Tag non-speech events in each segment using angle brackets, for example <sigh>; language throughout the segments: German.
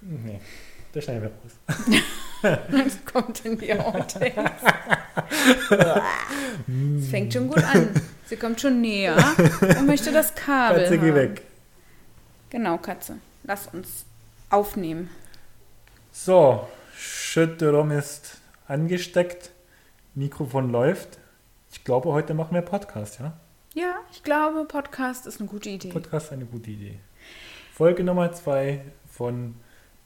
Nee, das schneiden wir raus. Das kommt in die Outtakes. <laughs> Es fängt schon gut an. Sie kommt schon näher und möchte das Kabel. Katze, geh haben. weg. Genau, Katze. Lass uns aufnehmen. So, Schütterum ist angesteckt, Mikrofon läuft. Ich glaube, heute machen wir Podcast, ja? Ja, ich glaube, Podcast ist eine gute Idee. Podcast ist eine gute Idee. Folge Nummer 2 von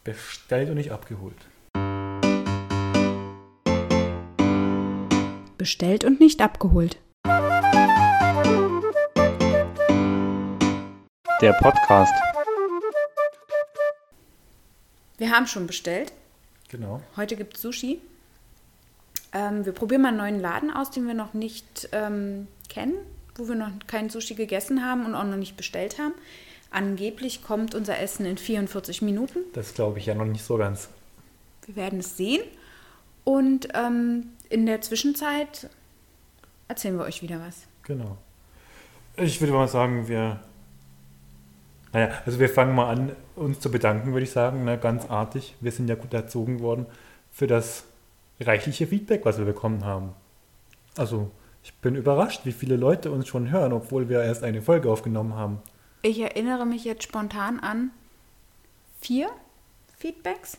Bestellt und nicht abgeholt. Bestellt und nicht abgeholt. Der Podcast. Wir haben schon bestellt. Genau. Heute gibt es Sushi. Ähm, wir probieren mal einen neuen Laden aus, den wir noch nicht ähm, kennen, wo wir noch kein Sushi gegessen haben und auch noch nicht bestellt haben. Angeblich kommt unser Essen in 44 Minuten. Das glaube ich ja noch nicht so ganz. Wir werden es sehen. Und ähm, in der Zwischenzeit erzählen wir euch wieder was. Genau. Ich würde mal sagen, wir. Naja, also wir fangen mal an, uns zu bedanken, würde ich sagen, ne, ganz artig. Wir sind ja gut erzogen worden für das reichliche Feedback, was wir bekommen haben. Also, ich bin überrascht, wie viele Leute uns schon hören, obwohl wir erst eine Folge aufgenommen haben. Ich erinnere mich jetzt spontan an vier Feedbacks.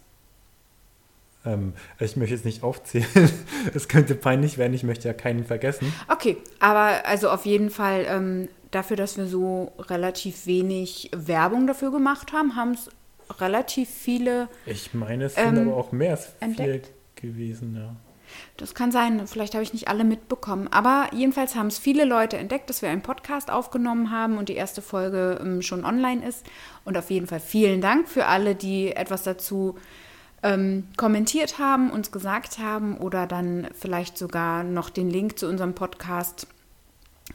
Ähm, ich möchte jetzt nicht aufzählen. <laughs> Es könnte peinlich werden, ich möchte ja keinen vergessen. Okay, aber also auf jeden Fall ähm, dafür, dass wir so relativ wenig Werbung dafür gemacht haben, haben es relativ viele. Ich meine, es sind Ähm, aber auch mehr als vier entdeckt? gewesen, ja. Das kann sein, vielleicht habe ich nicht alle mitbekommen. Aber jedenfalls haben es viele Leute entdeckt, dass wir einen Podcast aufgenommen haben und die erste Folge ähm, schon online ist. Und auf jeden Fall vielen Dank für alle, die etwas dazu ähm, kommentiert haben, uns gesagt haben oder dann vielleicht sogar noch den Link zu unserem Podcast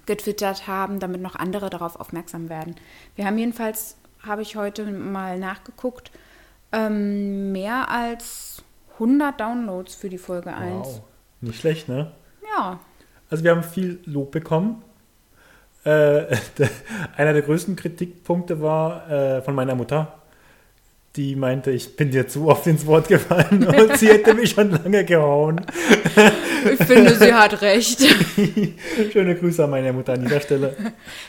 getwittert haben, damit noch andere darauf aufmerksam werden. Wir haben jedenfalls, habe ich heute mal nachgeguckt, ähm, mehr als 100 Downloads für die Folge 1. Wow. Nicht schlecht, ne? Ja, Also wir haben viel Lob bekommen. Äh, <laughs> einer der größten Kritikpunkte war äh, von meiner Mutter. Die meinte, ich bin dir zu oft ins Wort <laughs> gefallen und sie hätte mich schon lange gehauen. <laughs> ich finde, sie hat recht. Schöne Grüße an meine Mutter an dieser Stelle.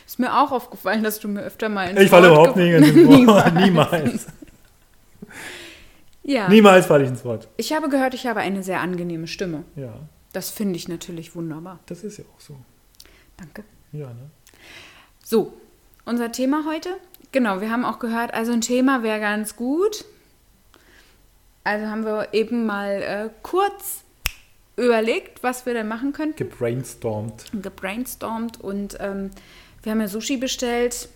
Ist mir auch aufgefallen, dass du mir öfter mal ins Ich falle Wort überhaupt ge- nicht ins <laughs> Wort. Niemals. Ah. Niemals. Ja. Niemals falle ich ins Wort. Ich habe gehört, ich habe eine sehr angenehme Stimme. Ja, Das finde ich natürlich wunderbar. das ist ja auch so. Danke. Ja, ne? So, unser Thema heute. Genau, wir haben auch gehört, also ein Thema wäre ganz gut. Also haben wir eben mal äh, kurz überlegt, was wir denn machen könnten. Gebrainstormt. gebrainstormt und ähm, wir haben ja Sushi bestellt.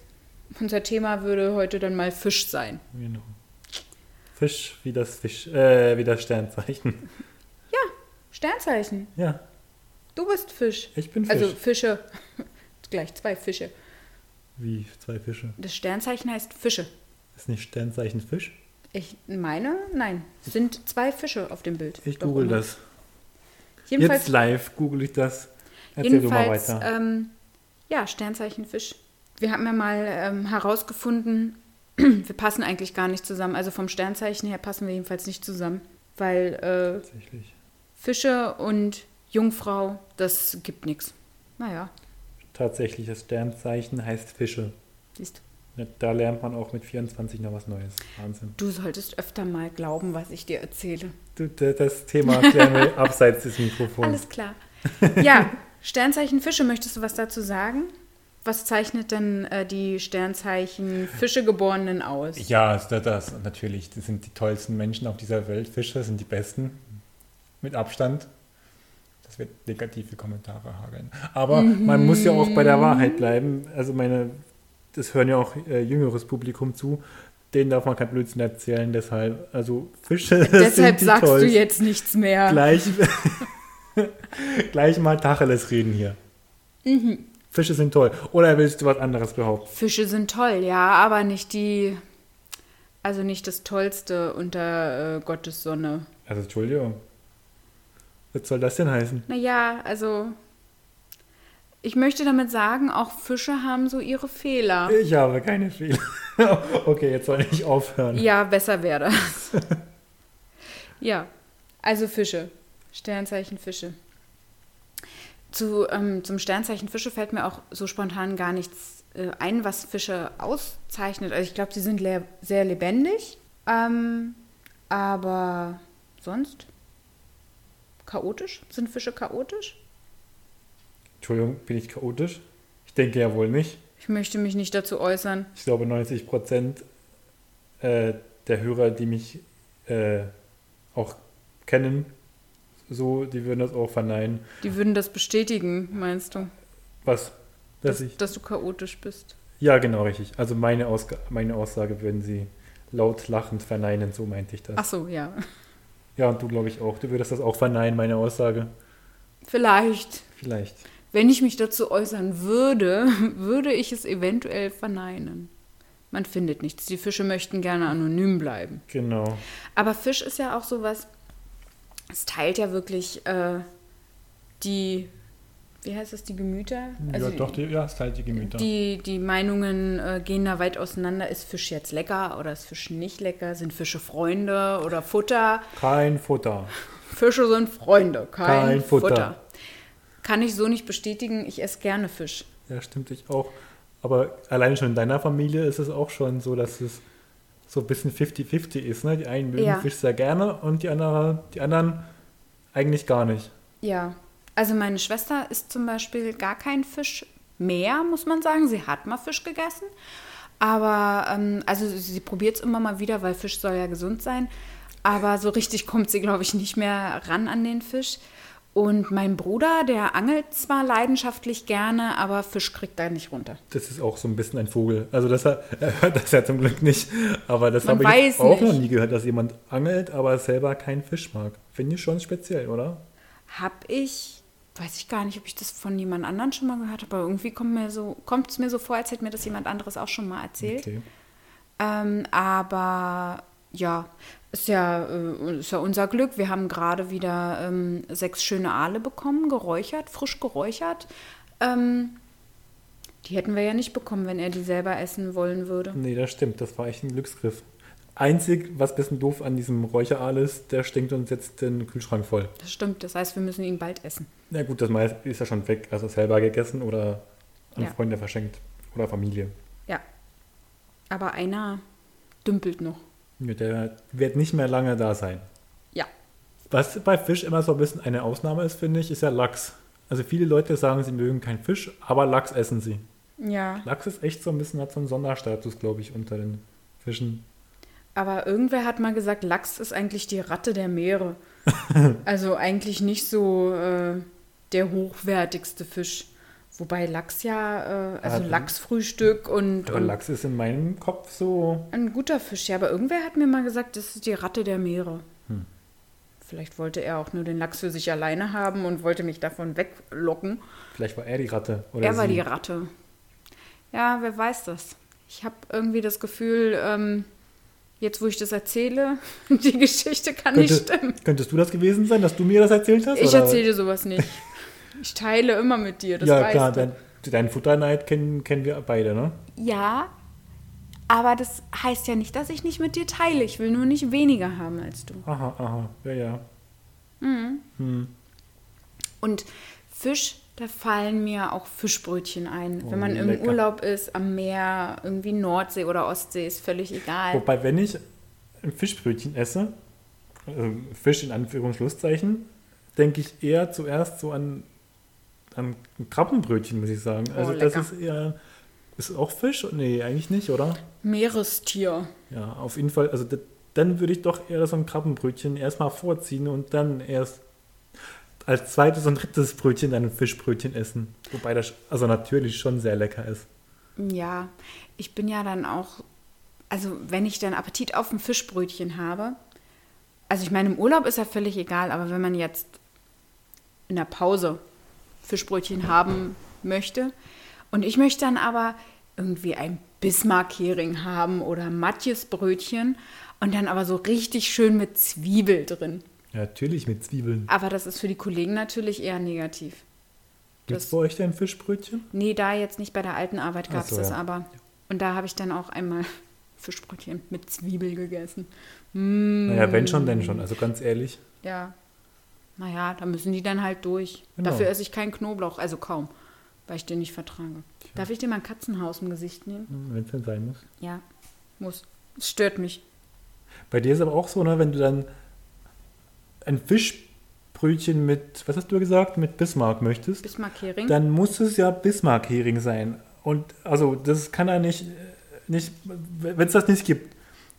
Unser Thema würde heute dann mal Fisch sein. Genau. Fisch wie das Fisch, äh, wie das Sternzeichen. Ja, Sternzeichen. Ja, Du bist Fisch. ich bin Fisch. Also Fische. <laughs> Gleich zwei Fische. wie zwei Fische. Das Sternzeichen heißt Fische. Ist nicht Sternzeichen Fisch? Ich meine, nein, es sind zwei Fische auf dem Bild. Ich Doch google immer. das. Jedenfalls, Jetzt live google ich das. Erzähl jedenfalls du mal weiter. ähm, ja, Sternzeichen Fisch. Wir haben ja mal ähm, herausgefunden, <clears throat> wir passen eigentlich gar nicht zusammen. Also vom Sternzeichen her passen wir jedenfalls nicht zusammen, weil äh, Tatsächlich. Fische und Jungfrau, das gibt nichts. Naja, Tatsächlich, das Sternzeichen heißt Fische. siehst du. Da lernt man auch mit 24 noch was Neues. Wahnsinn. Du solltest öfter mal glauben, was ich dir erzähle. Du, d- das Thema klären <laughs> wir abseits des Mikrofons. Alles klar. <laughs> Ja, Sternzeichen Fische, möchtest du was dazu sagen? Was zeichnet denn äh, die Sternzeichen Fischegeborenen aus? Ja, ist das, das natürlich. Das sind die tollsten Menschen auf dieser Welt. Fische sind die besten. Mit Abstand. Das wird negative Kommentare hageln. Aber man muss ja auch bei der Wahrheit bleiben. Also meine, das hören ja auch äh, jüngeres Publikum zu. Denen darf man kein Blödsinn erzählen. Deshalb, also Fische <laughs> sind Deshalb die sagst du tollsten. jetzt nichts mehr. Gleich, <laughs> gleich mal Tacheles reden hier. Mhm. Fische sind toll. Oder willst du was anderes behaupten? Fische sind toll, ja, aber nicht die, also nicht das Tollste unter äh, Gottes Sonne. Also Entschuldigung. Was soll das denn heißen? Naja, also Ich möchte damit sagen, auch Fische haben so ihre Fehler. Ich habe keine Fehler. <laughs> okay, jetzt soll ich aufhören. Ja, besser wäre das. ja, also Fische. Sternzeichen Fische. Zu, ähm, zum Sternzeichen Fische fällt mir auch so spontan gar nichts äh, ein, was Fische auszeichnet. Also ich glaube, sie sind le sehr lebendig, ähm, aber sonst chaotisch. Sind Fische chaotisch? Entschuldigung, bin ich chaotisch? Ich denke ja wohl nicht. Ich möchte mich nicht dazu äußern. Ich glaube, 90 Prozent äh, der Hörer, die mich äh, auch kennen, so, die würden das auch verneinen. Die würden das bestätigen, meinst du? Was? Dass, Dass, ich. dass du chaotisch bist. Ja, genau, richtig. Also meine, Ausga meine Aussage würden sie laut lachend verneinen, so meinte ich das. Ach so, ja. <laughs> Ja, und du glaube ich auch. Du würdest das auch verneinen, meine Aussage. Vielleicht. Vielleicht. Wenn ich mich dazu äußern würde, <laughs> würde ich es eventuell verneinen. Man findet nichts. Die Fische möchten gerne anonym bleiben. Genau. Aber Fisch ist ja auch sowas, es teilt ja wirklich äh, die, wie heißt das, die Gemüter? ja, doch, die, ja, ist halt die Gemüter. Also Die, die Meinungen äh, gehen da weit auseinander. Ist Fisch jetzt lecker oder ist Fisch nicht lecker? Sind Fische Freunde oder Futter? Kein Futter. Fische sind Freunde, kein, Kein Futter. Futter. Kann ich so nicht bestätigen. Ich esse gerne Fisch. Ja, stimmt, ich auch. Aber allein schon in deiner Familie ist es auch schon so, dass es so ein bisschen 50-50 ist. Ne? Die einen mögen Ja. Fisch sehr gerne und die, andere, die anderen eigentlich gar nicht. Ja. Also meine Schwester ist zum Beispiel gar kein Fisch mehr, muss man sagen. Sie hat mal Fisch gegessen. Aber, ähm, also sie, sie probiert es immer mal wieder, weil Fisch soll ja gesund sein. Aber so richtig kommt sie, glaube ich, nicht mehr ran an den Fisch. Und mein Bruder, der angelt zwar leidenschaftlich gerne, aber Fisch kriegt er nicht runter. Das ist auch so ein bisschen ein Vogel. Also das, <laughs> er er hört das ja zum Glück nicht. Aber das Man habe ich weiß jetzt auch nicht. noch nie gehört, dass jemand angelt, aber selber keinen Fisch mag. Finde ich schon speziell, oder? Hab ich, weiß ich gar nicht, ob ich das von jemand anderen schon mal gehört habe, aber irgendwie kommt mir so, kommt es mir so vor, als hätte mir das jemand anderes auch schon mal erzählt. Okay. Ähm, aber ja, ist ja, äh, ist ja unser Glück. Wir haben gerade wieder ähm, sechs schöne Aale bekommen, geräuchert, frisch geräuchert. Ähm, die hätten wir ja nicht bekommen, wenn er die selber essen wollen würde. Nee, das stimmt. Das war echt ein Glücksgriff. Einzig, was ein bisschen doof an diesem Räucheraal ist, der stinkt uns jetzt den Kühlschrank voll. Das stimmt, das heißt, wir müssen ihn bald essen. Na gut, das meiste ist ja schon weg. Also selber gegessen oder an Ja. Freunde verschenkt oder Familie. Ja. Aber einer dümpelt noch. Mit Der wird nicht mehr lange da sein. Ja. Was bei Fisch immer so ein bisschen eine Ausnahme ist, finde ich, ist ja Lachs. Also viele Leute sagen, sie mögen keinen Fisch, aber Lachs essen sie. Ja. Lachs ist echt so ein bisschen, hat so einen Sonderstatus, glaube ich, unter den Fischen. Aber irgendwer hat mal gesagt, Lachs ist eigentlich die Ratte <laughs> der Meere. also eigentlich nicht so äh, der hochwertigste Fisch. Wobei Lachs ja, äh, also Ah, Lachsfrühstück und, Aber und Lachs ist in meinem Kopf so. ein guter Fisch. Ja, aber irgendwer hat mir mal gesagt, das ist die Ratte der Meere. Hm. Vielleicht wollte er auch nur den Lachs für sich alleine haben und wollte mich davon weglocken. Vielleicht war er die Ratte. Oder er war sie. die Ratte. Ja, wer weiß das? Ich habe irgendwie das Gefühl, ähm, jetzt wo ich das erzähle, <laughs> die Geschichte kann nicht stimmen. Könnte, könntest du das gewesen sein, dass du mir das erzählt hast? Ich oder? erzähle dir sowas nicht. Ich teile immer mit dir, das Ja, weißt klar, du. dein, deinen Futterneid kennen, kennen wir beide, ne? Ja, aber das heißt ja nicht, dass ich nicht mit dir teile. Ich will nur nicht weniger haben als du. Aha, aha, ja, ja. Und Fisch, da fallen mir auch Fischbrötchen ein. Wenn man im Oh, lecker. Urlaub ist, am Meer, irgendwie Nordsee oder Ostsee, ist völlig egal. Wobei, wenn ich ein Fischbrötchen esse, also Fisch in Anführungsschlusszeichen, denke ich eher zuerst so an, an ein Krabbenbrötchen, muss ich sagen. Also das lecker. ist eher, ist auch Fisch? Nee, eigentlich nicht, oder? Meerestier. Ja, auf jeden Fall, also d- dann würde ich doch eher so ein Krabbenbrötchen erstmal vorziehen und dann erst als zweites und drittes Brötchen dann ein Fischbrötchen essen. Wobei das also natürlich schon sehr lecker ist. Ja, ich bin ja dann auch, also wenn ich dann Appetit auf ein Fischbrötchen habe, also ich meine, im Urlaub ist ja völlig egal, aber wenn man jetzt in der Pause Fischbrötchen haben möchte und ich möchte dann aber irgendwie ein Bismarck-Hering haben oder Matjesbrötchen und dann aber so richtig schön mit Zwiebel drin. Ja, natürlich mit Zwiebeln. Aber das ist für die Kollegen natürlich eher negativ. Gibt es Das, bei euch denn Fischbrötchen? nee, da jetzt nicht bei der alten Arbeit gab es so, das ja. aber. Und da habe ich dann auch einmal <laughs> Fischbrötchen mit Zwiebel gegessen. Mm, Naja, wenn schon, denn schon. Also ganz ehrlich. ja. Naja, da müssen die dann halt durch. Genau. Dafür esse ich keinen Knoblauch, also kaum, weil ich den nicht vertrage. Darf ich dir mal ein Katzenhaus im Gesicht nehmen? Wenn es denn sein muss. Ja, muss. Es stört mich. Bei dir ist aber auch so, ne, wenn du dann ein Fischbrötchen mit, was hast du gesagt, mit Bismarck möchtest, Bismarck-Hering. dann muss es ja Bismarck-Hering sein. Und also das kann er nicht, nicht wenn es das nicht gibt,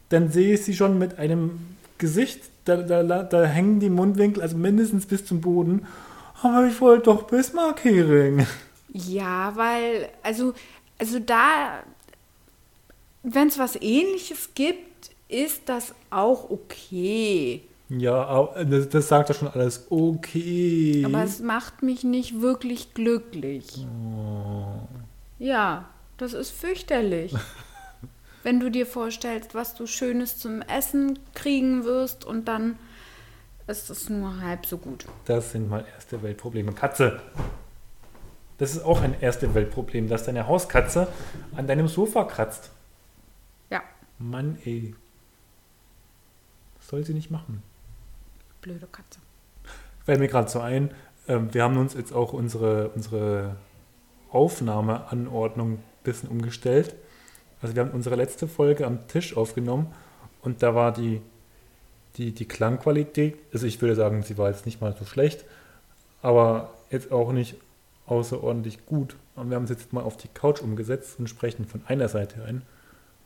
dann sehe ich sie schon mit einem Gesicht, da, da, da, da hängen die Mundwinkel, also mindestens bis zum Boden. Aber ich wollte doch Bismarck-Hering. <laughs> Ja, weil, also, also da, wenn es was ähnliches gibt, ist das auch okay. Ja, aber das, das sagt doch schon alles. Okay. Aber es macht mich nicht wirklich glücklich. Ja, das ist fürchterlich. wenn du dir vorstellst, was du Schönes zum Essen kriegen wirst und dann ist es nur halb so gut. Das sind mal erste Weltprobleme. Katze. Das ist auch ein erste Weltproblem, dass deine Hauskatze an deinem Sofa kratzt. Ja, Mann, ey. Das soll sie nicht machen. blöde Katze. Fällt mir gerade so ein, ähm, wir haben uns jetzt auch unsere, unsere Aufnahmeanordnung ein bisschen umgestellt. Also wir haben unsere letzte Folge am Tisch aufgenommen und da war die, die, die Klangqualität, also ich würde sagen, sie war jetzt nicht mal so schlecht, aber jetzt auch nicht außerordentlich gut. Und wir haben es jetzt mal auf die Couch umgesetzt und sprechen von einer Seite ein.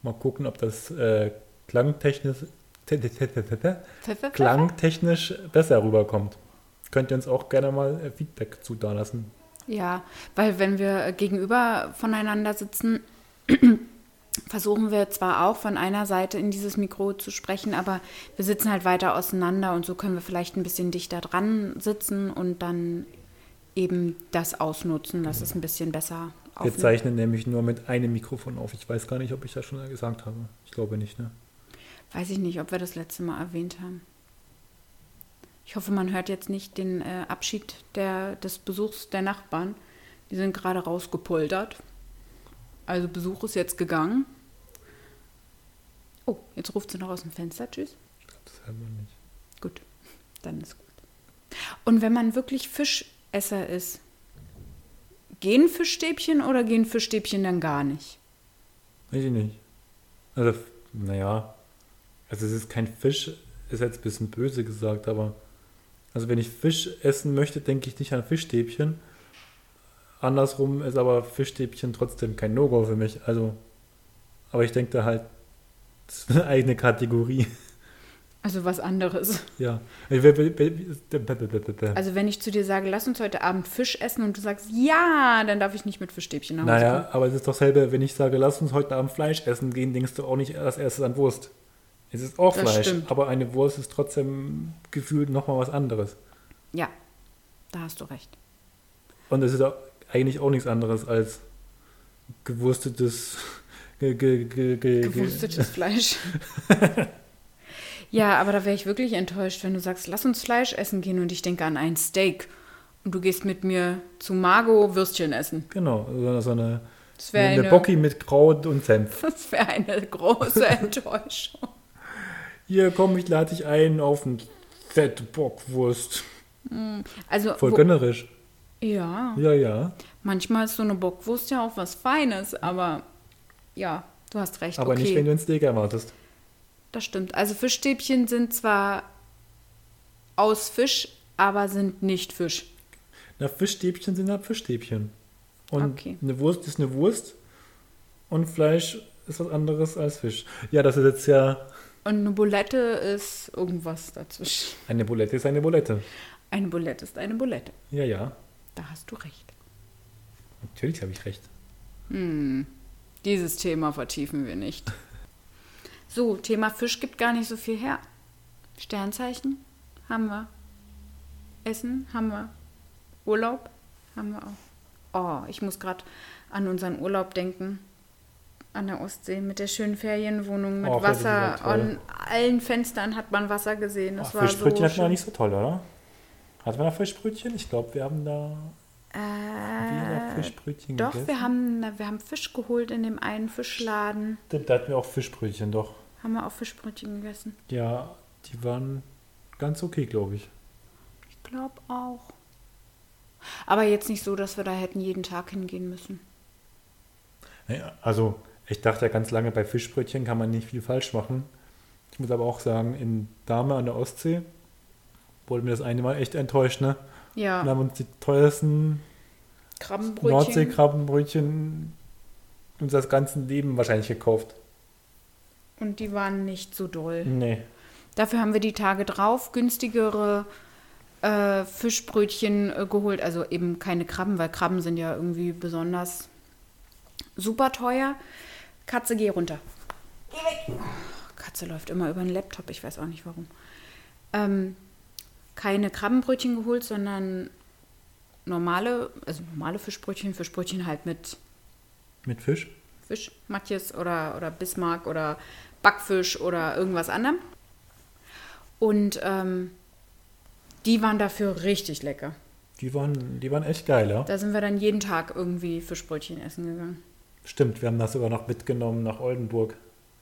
Mal gucken, ob das äh, klangtechnisch, Pfeffer? klangtechnisch besser rüberkommt. Könnt ihr uns auch gerne mal äh, Feedback zu da lassen. Ja, weil wenn wir äh, gegenüber voneinander sitzen, <clears throat> versuchen wir zwar auch von einer Seite in dieses Mikro zu sprechen, aber wir sitzen halt weiter auseinander und so können wir vielleicht ein bisschen dichter dran sitzen und dann eben das ausnutzen, dass es ein bisschen besser Wir aufnimmt. zeichnen nämlich nur mit einem Mikrofon auf. Ich weiß gar nicht, ob ich das schon gesagt habe. Ich glaube nicht, ne? Weiß ich nicht, ob wir das letzte Mal erwähnt haben. Ich hoffe, man hört jetzt nicht den äh, Abschied der, des Besuchs der Nachbarn. Die sind gerade rausgepoltert. Also Besuch ist jetzt gegangen. Oh, jetzt ruft sie noch aus dem Fenster. Tschüss. Ich glaube, das haben wir nicht. Gut, dann ist gut. Und wenn man wirklich Fischesser ist, gehen Fischstäbchen oder gehen Fischstäbchen dann gar nicht? Weiß ich nicht. Also, f- naja. Also, es ist kein Fisch, ist jetzt ein bisschen böse gesagt, aber. Also, wenn ich Fisch essen möchte, denke ich nicht an Fischstäbchen. Andersrum ist aber Fischstäbchen trotzdem kein No-Go für mich. Also, aber ich denke da halt, das ist eine eigene Kategorie. Also was anderes. Ja. Ich will- will- will- Also wenn ich zu dir sage, lass uns heute Abend Fisch essen und du sagst, ja, dann darf ich nicht mit Fischstäbchen nach Hause kommen. Naja, aber es ist doch selber, wenn ich sage, lass uns heute Abend Fleisch essen gehen, denkst du auch nicht als erstes an Wurst. Es ist auch Das Fleisch, stimmt. aber eine Wurst ist trotzdem gefühlt nochmal was anderes. Ja, da hast du recht. Und es ist auch eigentlich auch nichts anderes als gewurstetes. <laughs> Ge, ge, ge, ge, ge, <laughs> Gewurstetes Fleisch. ja, aber da wäre ich wirklich enttäuscht, wenn du sagst, lass uns Fleisch essen gehen und ich denke an ein Steak. Und du gehst mit mir zu Margot Würstchen essen. <laughs> genau, so eine, so eine, Das wäre eine eine, Bocki mit Kraut und Senf. das wär eine <laughs> große Enttäuschung. Hier komm, ich lade dich ein auf eine fette Bockwurst. Also, Voll genau. wo, gönnerisch. ja, Ja, ja. manchmal ist so eine Bockwurst ja auch was Feines, aber ja, du hast recht. Aber okay. nicht, wenn du einen Steak erwartest. Das stimmt. Also Fischstäbchen sind zwar aus Fisch, aber sind nicht Fisch. Na, Fischstäbchen sind halt Fischstäbchen. Und Okay. eine Wurst ist eine Wurst und Fleisch ist was anderes als Fisch. Ja, das ist jetzt ja Und eine Bulette ist irgendwas dazwischen. eine Bulette ist eine Bulette. Eine Bulette ist eine Bulette. Ja, ja. Da hast du recht. Natürlich habe ich recht. Dieses Thema vertiefen wir nicht. <laughs> So, Thema Fisch gibt gar nicht so viel her. Sternzeichen haben wir. Essen haben wir. Urlaub haben wir auch. Oh, ich muss gerade an unseren Urlaub denken. An der Ostsee mit der schönen Ferienwohnung mit Oh, das ist Wasser. ja toll. An allen Fenstern hat man Wasser gesehen. Das Ach, war so Fischbrötchen hatten wir schön. nicht so toll, oder? Hatten wir da Fischbrötchen? Ich glaube, wir haben da Haben wir da Äh, Fischbrötchen doch, gegessen? wir haben, na, wir haben Fisch geholt in dem einen Fischladen. Stimmt, da hatten wir auch Fischbrötchen, doch. Haben wir auch Fischbrötchen gegessen. Ja, die waren ganz okay, glaube ich. Ich glaube auch. Aber jetzt nicht so, dass wir da hätten jeden Tag hingehen müssen. Naja, also, ich dachte ja ganz lange, bei Fischbrötchen kann man nicht viel falsch machen. Ich muss aber auch sagen, in Dahme an der Ostsee wurde mir das eine Mal echt enttäuscht, ne? Ja, Dann haben uns die teuersten Krabbenbrötchen. Nordsee-Krabbenbrötchen uns das ganze Leben wahrscheinlich gekauft. Und die waren nicht so doll. Nee. Dafür haben wir die Tage drauf günstigere äh, Fischbrötchen äh, geholt. Also eben keine Krabben, weil Krabben sind ja irgendwie besonders super teuer. Katze, geh runter. Oh, Katze läuft immer über den Laptop, ich weiß auch nicht warum. Ähm, keine Krabbenbrötchen geholt, sondern normale, also normale Fischbrötchen, Fischbrötchen halt mit Mit Fisch? Fisch, Matjes oder, oder Bismarck oder Backfisch oder irgendwas anderem. Und ähm, die waren dafür richtig lecker. Die waren, die waren echt geil, ja? Da sind wir dann jeden Tag irgendwie Fischbrötchen essen gegangen. Stimmt, wir haben das sogar noch mitgenommen nach Oldenburg.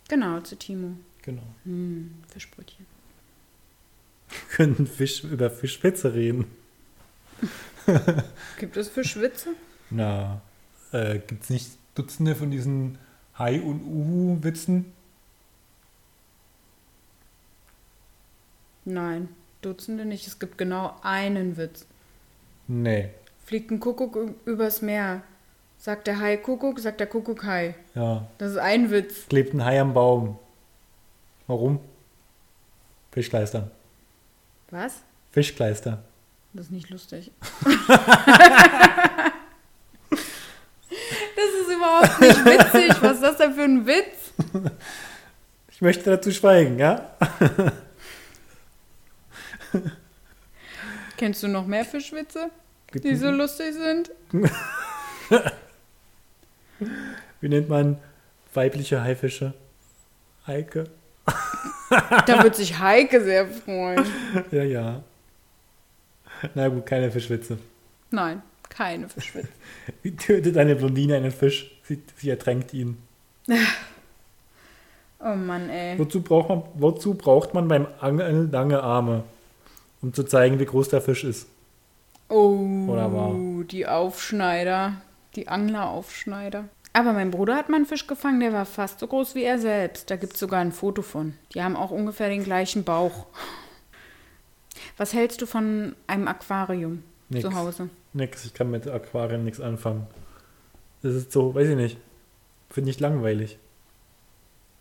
Genau, zu Timo. Genau. Hm, Fischbrötchen. Wir können Fisch über Fischwitze reden. Gibt es Fischwitze? Na, äh, gibt's nicht Dutzende von diesen Hai- und Uhu-Witzen? Nein, Dutzende nicht. Es gibt genau einen Witz. Nee. Fliegt ein Kuckuck ü- übers Meer. Sagt der Hai Kuckuck, sagt der Kuckuck Hai. Ja. Das ist ein Witz. Klebt ein Hai am Baum. Warum? Fischkleister. Was? Fischkleister. Das ist nicht <laughs> lustig. das ist überhaupt nicht witzig. Was ist das denn für ein Witz? Ich möchte dazu schweigen, ja? Kennst du noch mehr Fischwitze, die so lustig sind? Wie nennt man weibliche Haifische? Heike. <laughs> Da wird sich Heike sehr freuen. Ja, ja. Na gut, keine Fischwitze. <laughs> Nein, keine Fischwitze. Wie tötet eine Blondine einen Fisch? Sie, sie ertränkt ihn. Oh Mann, ey. Wozu braucht, man, wozu braucht man beim Angeln lange Arme? Um zu zeigen, wie groß der Fisch ist. Oder Oh, war- die Aufschneider. Die Angleraufschneider. Aber mein Bruder hat mal einen Fisch gefangen, der war fast so groß wie er selbst. Da gibt es sogar ein Foto von. Die haben auch ungefähr den gleichen Bauch. Was hältst du von einem Aquarium Nix. zu Hause? Nix, ich kann mit Aquarien nichts anfangen. Das ist so, weiß ich nicht. Finde ich langweilig.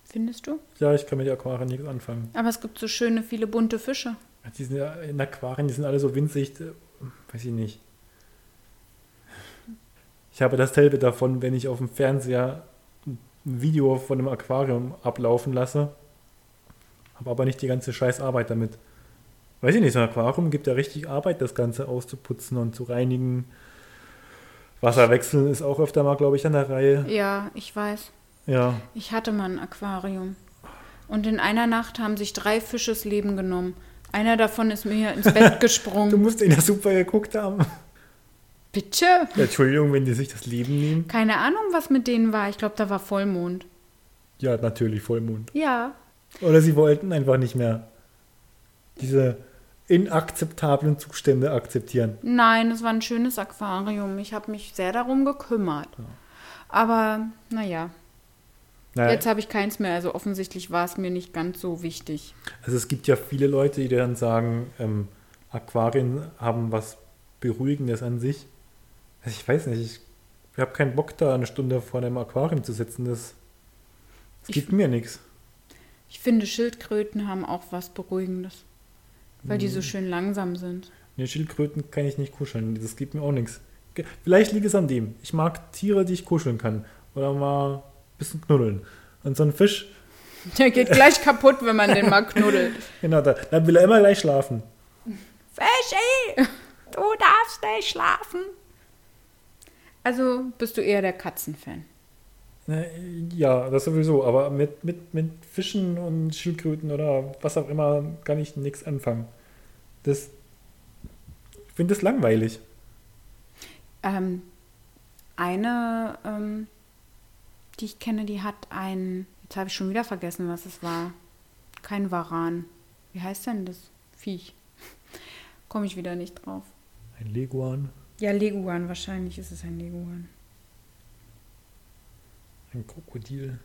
Findest du? Ja, ich kann mit Aquarien nichts anfangen. Aber es gibt so schöne, viele bunte Fische. Die sind ja in Aquarien, die sind alle so winzig, äh, weiß ich nicht. Ich habe dasselbe davon, wenn ich auf dem Fernseher ein Video von einem Aquarium ablaufen lasse, habe aber nicht die ganze Scheißarbeit damit. Weiß ich nicht, so ein Aquarium gibt ja richtig Arbeit, das Ganze auszuputzen und zu reinigen. Wasser wechseln ist auch öfter mal, glaube ich, an der Reihe. Ja, ich weiß. Ja, Ich hatte mal ein Aquarium. Und in einer Nacht haben sich drei Fische das Leben genommen. Einer davon ist mir hier <laughs> ins Bett du gesprungen. musst ihn ja super geguckt haben. Bitte? Ja, Entschuldigung, wenn die sich das Leben nehmen. Keine Ahnung, was mit denen war. Ich glaube, da war Vollmond. Ja, natürlich, Vollmond. Ja. Oder sie wollten einfach nicht mehr diese inakzeptablen Zustände akzeptieren. Nein, es war ein schönes Aquarium. Ich habe mich sehr darum gekümmert. Aber naja, Naja, jetzt habe ich keins mehr. Also offensichtlich war es mir nicht ganz so wichtig. also es gibt ja viele Leute, die dann sagen, ähm, Aquarien haben was Beruhigendes an sich. Also ich weiß nicht, ich habe keinen Bock da eine Stunde vor einem Aquarium zu sitzen. Das, das Ich- gibt mir nichts. Ich finde, Schildkröten haben auch was Beruhigendes. Weil die so schön langsam sind. <laughs> Ne, Schildkröten kann ich nicht kuscheln. Das gibt mir auch nichts. Ge- Vielleicht liegt es an dem. Ich mag Tiere, die ich kuscheln kann. Oder mal ein bisschen knuddeln. Und so ein Fisch, Der geht gleich kaputt, wenn man den mal knuddelt. genau, da, da will er immer gleich schlafen. <laughs> Fischi, du darfst nicht schlafen. Also bist du eher der Katzenfan. Ne, Ja, das sowieso, aber mit, mit, mit Fischen und Schildkröten oder was auch immer kann ich nichts anfangen. Das, ich finde das langweilig. Ähm, eine, ähm, die ich kenne, die hat ein, jetzt habe ich schon wieder vergessen, was es war. Kein Varan. Wie heißt denn das Viech? <laughs> Komme ich wieder nicht drauf. Ein Leguan, Ja, Leguan, wahrscheinlich ist es ein Leguan. ein Krokodil.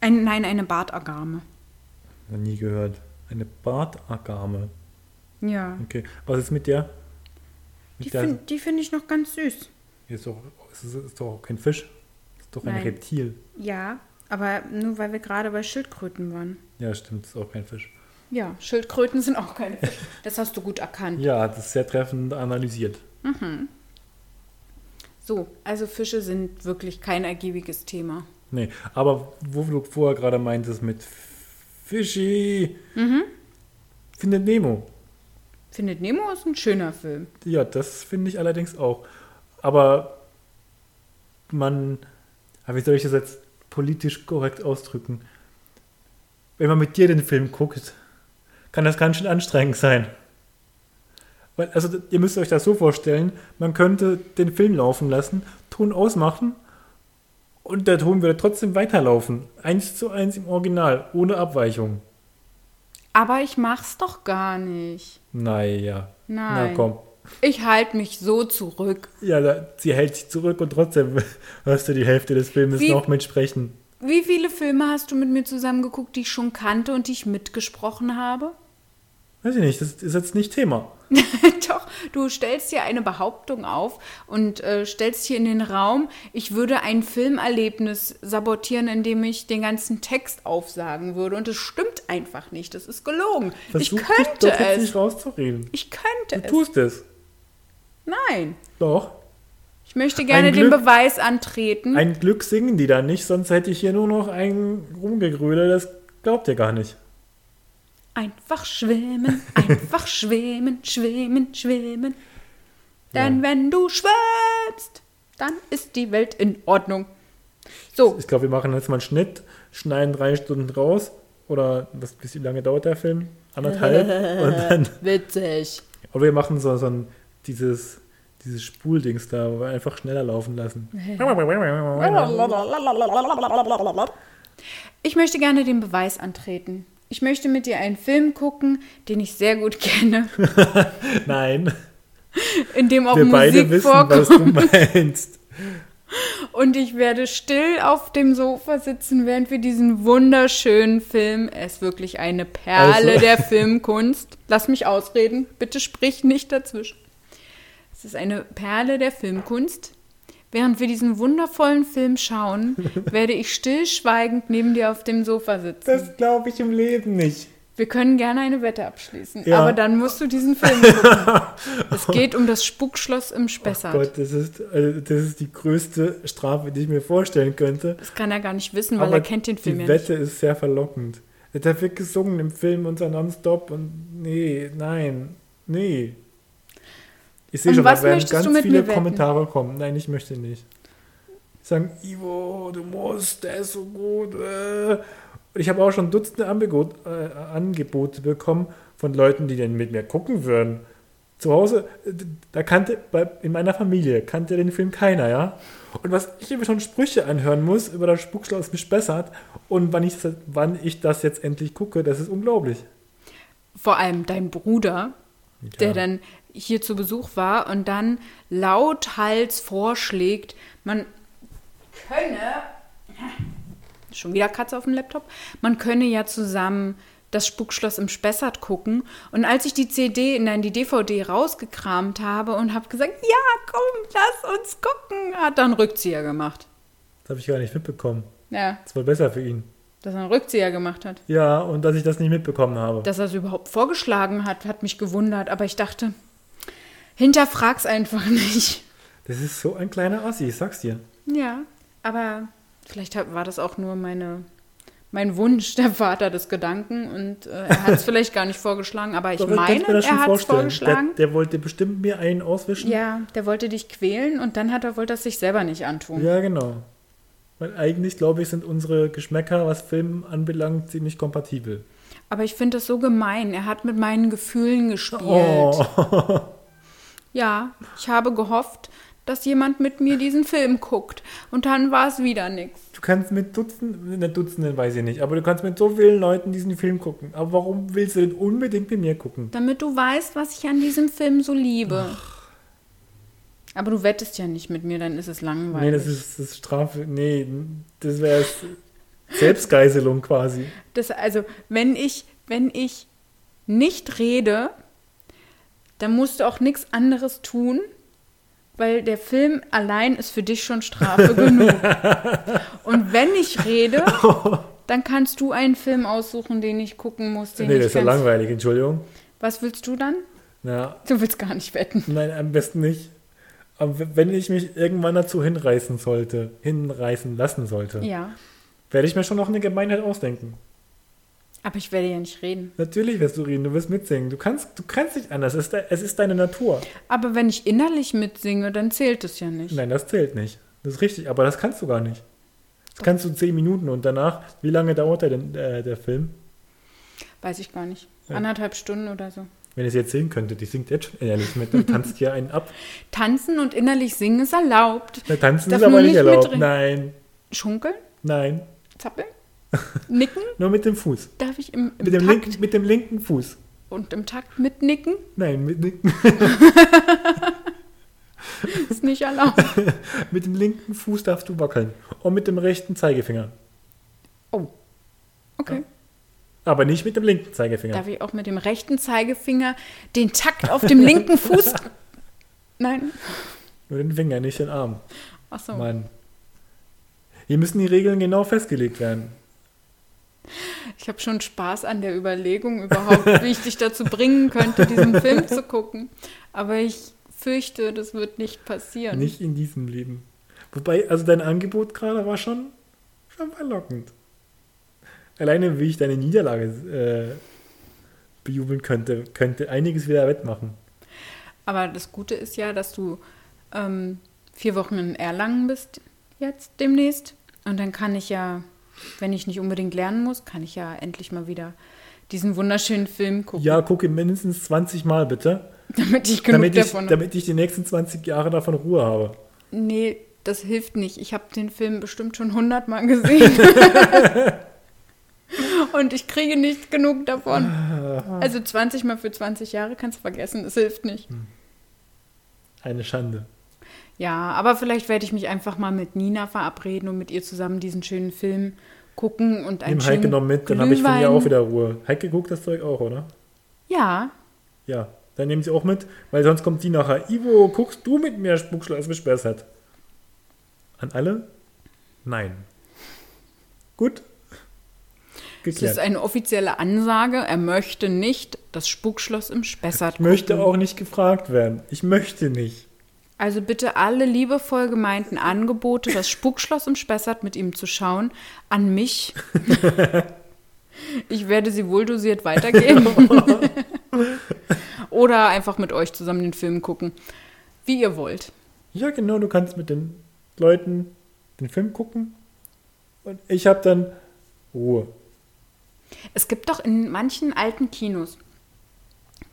Ein, nein, eine Bartagame. Noch nie gehört. Eine Bartagame. Ja. Okay. Was ist mit der? Mit Die der finde die find ich noch ganz süß. ist, doch, ist, ist doch kein Fisch. Ist doch ein Nein. Reptil. Ja, aber nur weil wir gerade bei Schildkröten waren. Ja, stimmt, ist auch kein Fisch. Ja, Schildkröten sind auch keine Fische. Das hast du gut erkannt. Ja, das ist sehr treffend analysiert. So, also Fische sind wirklich kein ergiebiges Thema. Nee, aber wo du vorher gerade meintest mit Fischi, findet Nemo. Findet Nemo ist ein schöner Film. Ja, das finde ich allerdings auch. Aber man, ah, wie soll ich das jetzt politisch korrekt ausdrücken? Wenn man mit dir den Film guckt, kann das ganz schön anstrengend sein. Weil, also ihr müsst euch das so vorstellen, man könnte den Film laufen lassen, Ton ausmachen und der Ton würde trotzdem weiterlaufen. Eins zu eins im Original, ohne Abweichung. Aber ich mach's doch gar nicht. Naja. Nein. Na komm. Ich halte mich so zurück. Ja, da, sie hält sich zurück und trotzdem <laughs> hörst du die Hälfte des Filmes Wie- noch mitsprechen. Wie viele Filme hast du mit mir zusammengeguckt, die ich schon kannte und die ich mitgesprochen habe? <laughs> Weiß ich nicht, das ist jetzt nicht Thema. Doch, du stellst hier eine Behauptung auf und äh, stellst hier in den Raum, ich würde ein Filmerlebnis sabotieren, indem ich den ganzen Text aufsagen würde. Und es stimmt einfach nicht. Das ist gelogen. Versuch ich dich doch könnte jetzt es. nicht rauszureden. Ich Du könnte es. tust es. Nein. Doch. Ich möchte gerne Ein den Glück. Beweis antreten. Ein Glück singen die da nicht, sonst hätte ich hier nur noch einen rumgegröle, das glaubt ihr gar nicht. Einfach schwimmen, einfach schwimmen, schwimmen, schwimmen. Denn wenn du schwimmst, dann ist die Welt in Ordnung. So, Ich glaube, wir machen jetzt mal einen Schnitt, schneiden drei Stunden raus oder was bis wie lange dauert der Film? Anderthalb. <laughs> und dann. witzig. Oder wir machen so, so ein dieses, dieses Spuldings da, wo wir einfach schneller laufen lassen. Ich möchte gerne den Beweis antreten. Ich möchte mit dir einen Film gucken, den ich sehr gut kenne, <laughs> Nein. in dem auch wir Musik beide wissen, was vorkommt. du <laughs> meinst. Und ich werde still auf dem Sofa sitzen, während wir diesen wunderschönen Film, er ist wirklich eine Perle Also- der Filmkunst. Lass mich ausreden, bitte sprich nicht dazwischen. Es ist eine Perle der Filmkunst. Während wir diesen wundervollen <laughs> Film schauen, werde ich stillschweigend neben dir auf dem Sofa sitzen. Das glaube ich im Leben nicht. Wir können gerne eine Wette abschließen, Ja. aber dann musst du diesen Film gucken. <laughs> es geht um das Spukschloss im Spessart. Oh Gott, das ist, also das ist die größte Strafe, die ich mir vorstellen könnte. das kann er gar nicht wissen, weil er kennt den Film Die ja nicht. Wette ist sehr verlockend. Da wird gesungen im Film unter Nonstop und nee, nein, nee. Ich sehe Und schon, Um was da werden möchtest du ganz mit viele mir wetten? Kommentare kommen. Nein, ich möchte nicht. Sagen, Ivo, du musst, der ist so gut. Äh. Ich habe auch schon Dutzende Angebot, äh, Angebote bekommen von Leuten, die dann mit mir gucken würden. Zu Hause, äh, da kannte, bei, in meiner Familie kannte den Film keiner, ja? Und was ich immer schon Sprüche anhören muss über das Spukschloss mich bessert und wann ich, das, wann ich das jetzt endlich gucke, das ist unglaublich. Vor allem dein Bruder, der Ja. dann hier zu Besuch war und dann lauthals vorschlägt, man könne schon wieder Katze auf dem Laptop. Man könne ja zusammen das Spukschloss im Spessart gucken. Und als ich die CD, nein, die DVD rausgekramt habe und habe gesagt, ja, komm, lass uns gucken, hat dann Rückzieher gemacht. Das habe ich gar nicht mitbekommen. Ja, Das war besser für ihn. dass er einen Rückzieher gemacht hat. Ja, und dass ich das nicht mitbekommen habe. Dass er es überhaupt vorgeschlagen hat, hat mich gewundert. Aber ich dachte, hinterfrag's einfach nicht. Das ist so ein kleiner Assi, ich sag's dir. Ja, aber vielleicht hat, war das auch nur meine, mein Wunsch, der Vater des Gedanken. Und äh, er hat es <laughs> vielleicht gar nicht vorgeschlagen, aber ich Doch, meine, mir das schon er hat es vorstellen. vorgeschlagen. Der, der wollte bestimmt mir einen auswischen. ja, der wollte dich quälen und dann hat er wollte das sich selber nicht antun. Ja, genau. Weil eigentlich, glaube ich, sind unsere Geschmäcker, was Film anbelangt, ziemlich kompatibel. Aber ich finde das so gemein. Er hat mit meinen Gefühlen gespielt. Oh, <laughs> Ja, ich habe gehofft, dass jemand mit mir diesen Film guckt. Und dann war es wieder nichts. Du kannst mit Dutzenden, ne Dutzenden weiß ich nicht, aber du kannst mit so vielen Leuten diesen Film gucken. Aber warum willst du denn unbedingt mit mir gucken? Damit du weißt, was ich an diesem Film so liebe. Aber du wettest ja nicht mit mir, dann ist es langweilig. Nee, das ist, das ist Strafe. Nee, das wäre Selbstgeiselung quasi. Das, also, wenn ich, wenn ich nicht rede, dann musst du auch nichts anderes tun, weil der Film allein ist für dich <laughs> schon Strafe genug. Und wenn ich rede, dann kannst du einen Film aussuchen, den ich gucken muss, den nee, ich das ist ja ganz- langweilig, Entschuldigung. Was willst du dann? Na, Du willst gar nicht wetten. nein, am besten nicht. Aber w- wenn ich mich irgendwann dazu hinreißen sollte, hinreißen lassen sollte, Ja, werde ich mir schon noch eine Gemeinheit ausdenken. aber ich werde ja nicht reden. Natürlich wirst du reden, du wirst mitsingen. Du kannst, du kannst nicht anders. Es ist, de- es ist deine Natur. Aber wenn ich innerlich mitsinge, dann zählt es ja nicht. Nein, das zählt nicht. Das ist richtig, aber das kannst du gar nicht. Das kannst du zehn Minuten und danach, wie lange dauert der denn äh, der Film? Weiß ich gar nicht. Ja. Anderthalb Stunden oder so. Wenn ihr es jetzt sehen könntet, die singt jetzt schon ehrlich mit und tanzt hier einen ab. Tanzen und innerlich singen ist erlaubt. Na, tanzen Darf ist aber man nicht nicht erlaubt. mitreden? Nein, Schunkeln, nein. <laughs> zappeln, nicken. Nur mit dem Fuß. Darf ich im, im Mit dem, Takt linken, mit dem linken Fuß. und im Takt mitnicken? Nein, mit, linken- Ist nicht erlaubt. mit dem linken Fuß darfst du wackeln. Und mit dem rechten Zeigefinger. Oh. Okay. Aber nicht mit dem linken Zeigefinger. Darf ich auch mit dem rechten Zeigefinger den Takt auf <laughs> dem linken Fuß? Nein. Nur den Finger, nicht den Arm. Achso. Mann. Hier müssen die Regeln genau festgelegt werden. Ich habe schon Spaß an der Überlegung überhaupt, wie ich dich dazu bringen könnte, <laughs> diesen Film zu gucken. Aber ich fürchte, das wird nicht passieren. Nicht in diesem Leben. Wobei, also dein Angebot gerade war schon, schon verlockend. Alleine, wie ich deine Niederlage äh, bejubeln könnte, könnte einiges wieder wettmachen. Aber das Gute ist ja, dass du ähm, vier Wochen in Erlangen bist jetzt demnächst. Und dann kann ich ja, wenn ich nicht unbedingt lernen muss, kann ich ja endlich mal wieder diesen wunderschönen Film gucken, Ja, gucke mindestens 20 Mal bitte, <laughs> damit ich genug damit ich, davon habe. damit ich die nächsten 20 Jahre davon Ruhe habe. Nee, das hilft nicht. Ich habe den Film bestimmt schon <laughs> hundertmal gesehen. Und ich kriege nicht genug davon. Ah. Also 20 mal für 20 Jahre kannst du vergessen, das hilft nicht. Eine Schande. Ja, aber vielleicht werde ich mich einfach mal mit Nina verabreden und mit ihr zusammen diesen schönen Film gucken und einen Nimm Heike schönen noch mit, dann habe ich von ihr Glühwein. auch wieder Ruhe. Heike guckt das Zeug auch, oder? Ja, Ja, dann nehmen sie auch mit, weil sonst kommt die nachher. Ivo, guckst du mit mir Spuckschle, als bespässert? An alle? Nein. Gut. es ist Geklärt. eine offizielle Ansage. Er möchte nicht das Spukschloss im Spessart Ich möchte auch nicht gefragt werden. Ich möchte nicht. Also bitte alle liebevoll gemeinten Angebote, das Spukschloss im Spessart mit ihm zu schauen, <laughs> an mich. Ich werde sie <laughs> wohldosiert weitergeben. <laughs> Oder einfach mit euch zusammen den Film gucken. Wie ihr wollt. Ja, genau, du kannst mit den Leuten den Film gucken und ich habe dann Ruhe. Es gibt doch in manchen alten Kinos,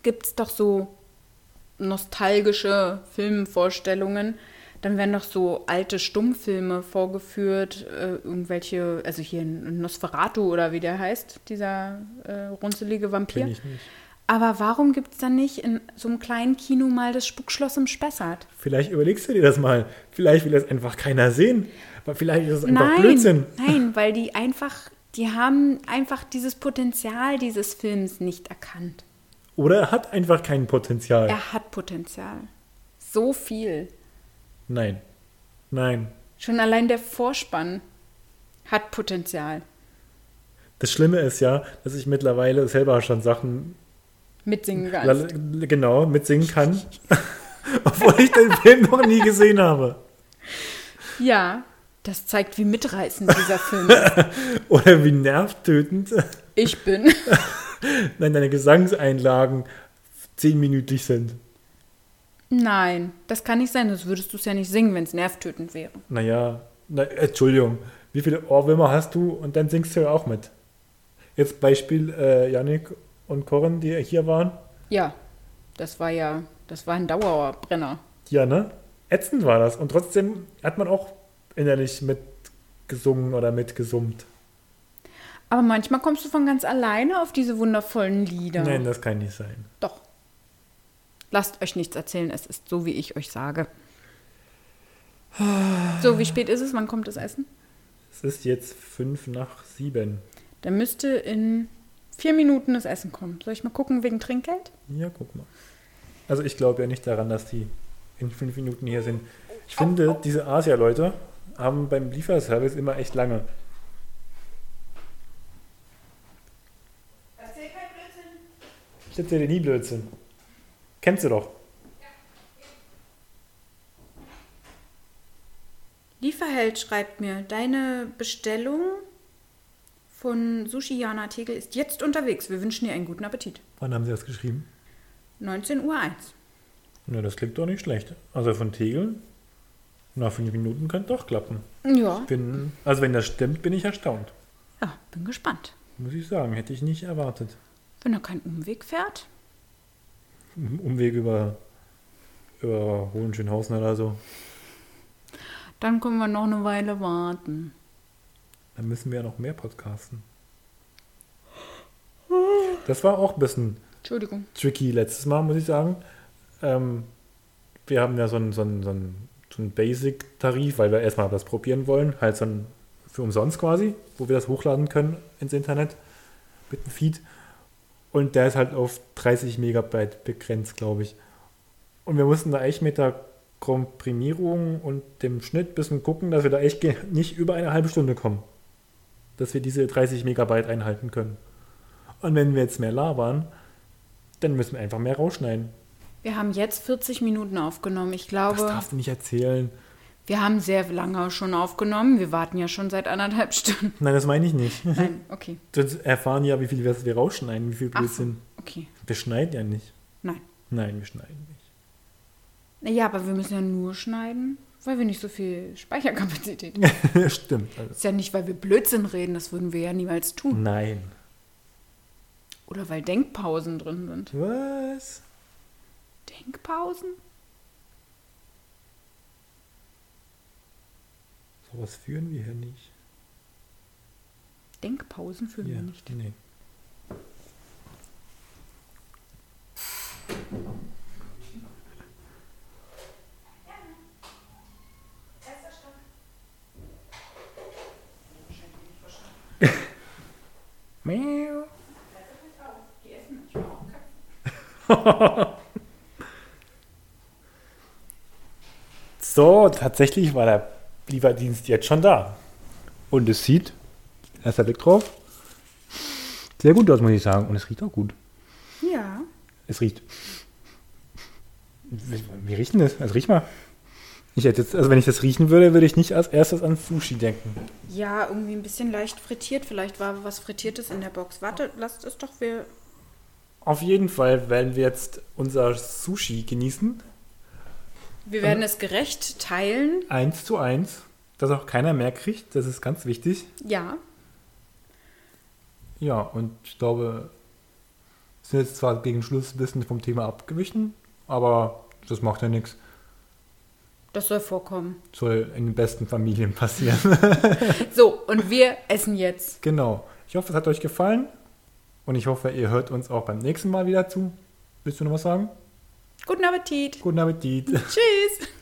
gibt es doch so nostalgische Filmvorstellungen. Dann werden doch so alte Stummfilme vorgeführt, äh, irgendwelche, also hier in Nosferatu oder wie der heißt, dieser äh, runzelige Bin Vampir. ich nicht. Aber warum gibt es dann nicht in so einem kleinen Kino mal das Spuckschloss im Spessart? Vielleicht überlegst du dir das mal. Vielleicht will das einfach keiner sehen. Aber vielleicht ist es einfach nein, Blödsinn. nein, weil die einfach, die haben einfach dieses Potenzial dieses Films nicht erkannt. Oder er hat einfach kein Potenzial. Er hat Potenzial. So viel. Nein. Nein. Schon allein der Vorspann hat Potenzial. Das Schlimme ist ja, dass ich mittlerweile selber schon Sachen Mitsingen la- kannst. genau mitsingen kann, <laughs> obwohl ich den Film noch nie gesehen habe. Ja, das zeigt, wie mitreißend dieser Film <laughs> ist. Oder wie nervtötend <laughs> Ich bin. wenn deine Gesangseinlagen zehnminütig sind. Nein, das kann nicht sein, sonst würdest du es ja nicht singen, wenn es nervtötend wäre. Naja, na, Entschuldigung, wie viele Ohrwürmer hast du und dann singst du ja auch mit. Jetzt Beispiel äh, Yannick und Corin, die hier waren. Ja, das war ja Das war ein Dauerbrenner. Ja, ne? Ätzend war das. Und trotzdem hat man auch innerlich mitgesungen oder mitgesummt. Aber manchmal kommst du von ganz alleine auf diese wundervollen Lieder. Nein, das kann nicht sein. Doch. Lasst euch nichts erzählen, es ist so, wie ich euch sage. So, wie spät ist es? Wann kommt das Essen? Es ist jetzt fünf nach sieben. Dann müsste in vier Minuten das Essen kommen. Soll ich mal gucken wegen Trinkgeld? Ja, guck mal. Also ich glaube ja nicht daran, dass die in fünf Minuten hier sind. Ich finde, diese Asia-Leute haben beim Lieferservice immer echt lange. Erzähl kein Blödsinn. Ich erzähle dir nie Blödsinn. Kennst du doch. Lieferheld schreibt mir, deine Bestellung von Sushi Jana Tegel ist jetzt unterwegs. Wir wünschen dir einen guten Appetit. Wann haben sie das geschrieben? 19.01 Uhr. Na, das klingt doch nicht schlecht. Also von Tegel, nach fünf Minuten könnte doch klappen. Ja. Bin, also wenn das stimmt, bin ich erstaunt. ja, bin gespannt. Muss ich sagen, hätte ich nicht erwartet. Wenn er keinen Umweg fährt. Umweg Um über, über Hohenschönhausen oder so. Dann können wir noch eine Weile warten. Dann müssen wir ja noch mehr podcasten. Das war auch ein bisschen Entschuldigung. tricky letztes Mal, muss ich sagen. Ähm, wir haben ja so einen so einen- so einen- so einen Basic-Tarif, weil wir erstmal das probieren wollen. Halt so ein für umsonst quasi, wo wir das hochladen können ins Internet mit einem Feed. Und der ist halt auf 30 Megabyte begrenzt, glaube ich. Und wir mussten da echt mit der Komprimierung und dem Schnitt ein bisschen gucken, dass wir da echt ge- nicht über eine halbe Stunde kommen. Dass wir diese 30 Megabyte einhalten können. Und wenn wir jetzt mehr labern, dann müssen wir einfach mehr rausschneiden. Wir haben jetzt 40 Minuten aufgenommen. Ich Das glaube, darfst du nicht erzählen. wir haben sehr lange schon aufgenommen. Wir warten ja schon seit anderthalb <laughs> Stunden. Nein, das meine ich nicht. <laughs> Nein, okay. Das erfahren ja, wie viel wir wir rausschneiden, wie viel Ach so, Blödsinn. okay. Wir schneiden ja nicht. Nein. Nein, wir schneiden nicht. Naja, aber wir müssen ja nur schneiden, weil wir nicht so viel Speicherkapazität <laughs> haben. Stimmt. Also. Ist ja nicht, weil wir Blödsinn reden, das würden wir ja niemals Mhm. tun. Nein. Oder weil Denkpausen drin sind. Was? Denkpausen? Sowas führen wir hier nicht. Denkpausen führen Ja, wir nicht. Nee. Miau. <laughs> So, tatsächlich war der Lieferdienst jetzt schon da. Und es sieht, erster Blick drauf, sehr gut aus, muss ich sagen. Und es riecht auch gut. Ja. Es riecht. Wie, wie riecht denn das? Also riech mal. Ich hätte jetzt, also wenn ich das riechen würde, würde ich nicht als erstes an Sushi denken. Ja, irgendwie ein bisschen leicht frittiert. Vielleicht war was Frittiertes in der Box. Warte, lasst es doch. Wir Auf jeden Fall werden wir jetzt unser Sushi genießen. Wir werden es gerecht teilen. Eins zu eins. Dass auch keiner mehr kriegt, das ist ganz wichtig. Ja. Ja, und ich glaube, sind jetzt zwar gegen Schluss ein bisschen vom Thema abgewichen, aber das macht ja nichts. Das soll vorkommen. Soll in den besten Familien <laughs> passieren. So, und wir essen jetzt. genau. Ich hoffe, es hat euch gefallen und ich hoffe, ihr hört uns auch beim nächsten Mal wieder zu. Willst du noch was sagen? Guten Appetit. Guten Appetit. Tschüss.